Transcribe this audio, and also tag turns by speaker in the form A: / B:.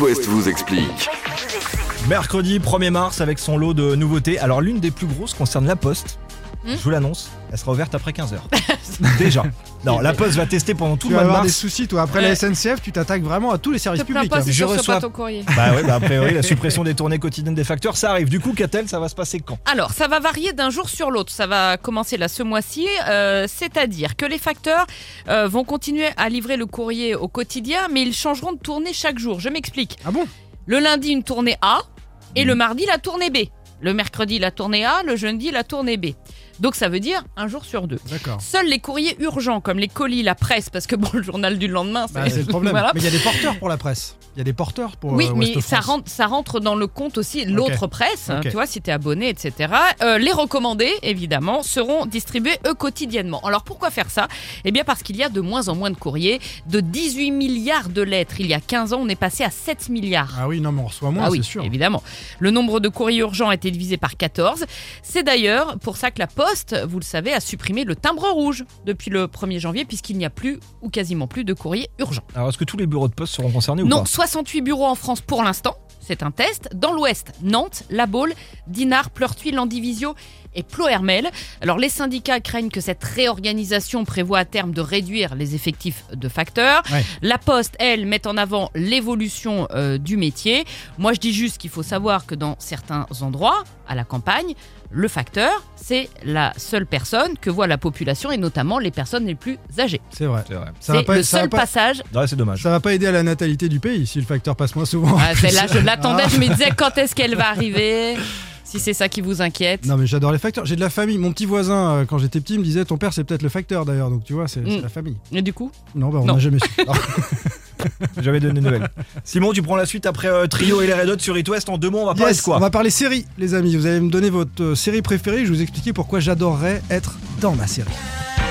A: West vous explique.
B: Mercredi 1er mars avec son lot de nouveautés. Alors l'une des plus grosses concerne La Poste.
C: Hmm.
B: Je vous l'annonce, elle sera ouverte après 15h. Déjà. Non, La Poste va tester pendant tout
D: Tu
B: le
D: vas
B: mois de
D: avoir des
B: mars.
D: soucis, toi. Après
C: Ouais.
D: la SNCF, tu t'attaques vraiment à tous les services
C: Te plains
D: publics.
C: pas
D: hein.
C: si
B: Je
C: tu reçois
B: reçois-
C: pas ton courrier.
B: Bah ouais, bah a priori, la suppression des tournées quotidiennes des facteurs, ça arrive. Du coup, Catel, ça va se passer quand
C: Alors, ça va varier d'un jour sur l'autre. Ça va commencer là ce mois-ci. euh, C'est-à-dire que les facteurs euh, vont continuer à livrer le courrier au quotidien, mais ils changeront de tournée chaque jour. Je m'explique.
D: Ah bon Mmh.
C: Le lundi, une tournée A, et le mardi, la tournée B. Le mercredi, la tournée A, le jeudi, la tournée B. Donc ça veut dire un jour sur deux.
D: hein. D'accord.
C: Seuls les courriers urgents, comme les colis, la presse, parce que bon, le journal du lendemain,
D: Bah, c'est le problème.
C: Voilà.
D: Mais il y a des porteurs pour la presse. Il y a des porteurs pour.
C: Oui,
D: euh, Ouest
C: mais ça
D: France.
C: rentre, ça rentre dans le compte aussi l'autre presse, hein, tu
D: Ok.
C: vois, si t'es abonné, etc. Euh, les recommandés, évidemment, seront distribués eux quotidiennement. Alors pourquoi faire ça Eh bien parce qu'il y a de moins en moins de courriers. De 18 milliards de lettres il y a 15 ans, on est passé à 7 milliards.
D: Ah oui, non, mais on reçoit moins,
C: Ah oui,
D: c'est sûr.
C: évidemment. Le nombre de courriers urgents a été divisé par 14. C'est d'ailleurs pour ça que la Poste, vous le savez, a supprimé le timbre rouge depuis le 1er janvier, puisqu'il n'y a plus ou quasiment plus de courriers urgents.
B: Alors est-ce que tous les bureaux de poste seront concernés ou
C: Non,
B: pas
C: 68 bureaux en France pour l'instant. C'est un test. Dans l'Ouest, Nantes, La Baule, Dinard, Pleurtuis, Landivisio et Plohermel. Alors les syndicats craignent que cette réorganisation prévoit à terme de réduire les effectifs de facteurs.
D: Ouais.
C: La Poste, elle, met en avant l'évolution euh, du métier. Moi, je dis juste qu'il faut savoir que dans certains endroits, à la campagne, le facteur, c'est la seule personne que voit la population et notamment les personnes les plus âgées.
D: C'est vrai.
B: C'est vrai.
D: Ça va
C: C'est
D: pas,
C: le
D: ça va
C: seul
D: pas-
C: passage
B: Ouais, c'est dommage.
D: ça va pas aider à la natalité du pays si le facteur passe moins souvent. en
C: Ah,
D: plus.
C: celle-là, je l'attendais,
D: Ah.
C: je me disais quand est-ce qu'elle va arriver Si c'est ça qui vous inquiète.
D: Non mais j'adore les facteurs. J'ai de la famille. Mon petit voisin, euh, quand j'étais petit, me disait ton père c'est peut-être le facteur d'ailleurs. Donc tu vois, c'est c'est
C: Mm.
D: la famille.
C: Et du coup
D: Non, bah on
C: Non.
D: n'a jamais su.
B: J'avais donné de nouvelles. Simon, tu prends la suite après euh, Trio et les Red Hot sur It West. En deux mots, on va parler de
D: Yes,
B: quoi
D: on va parler série, les amis. Vous allez me donner votre euh, série préférée. Je vais vous expliquer pourquoi j'adorerais être dans ma série.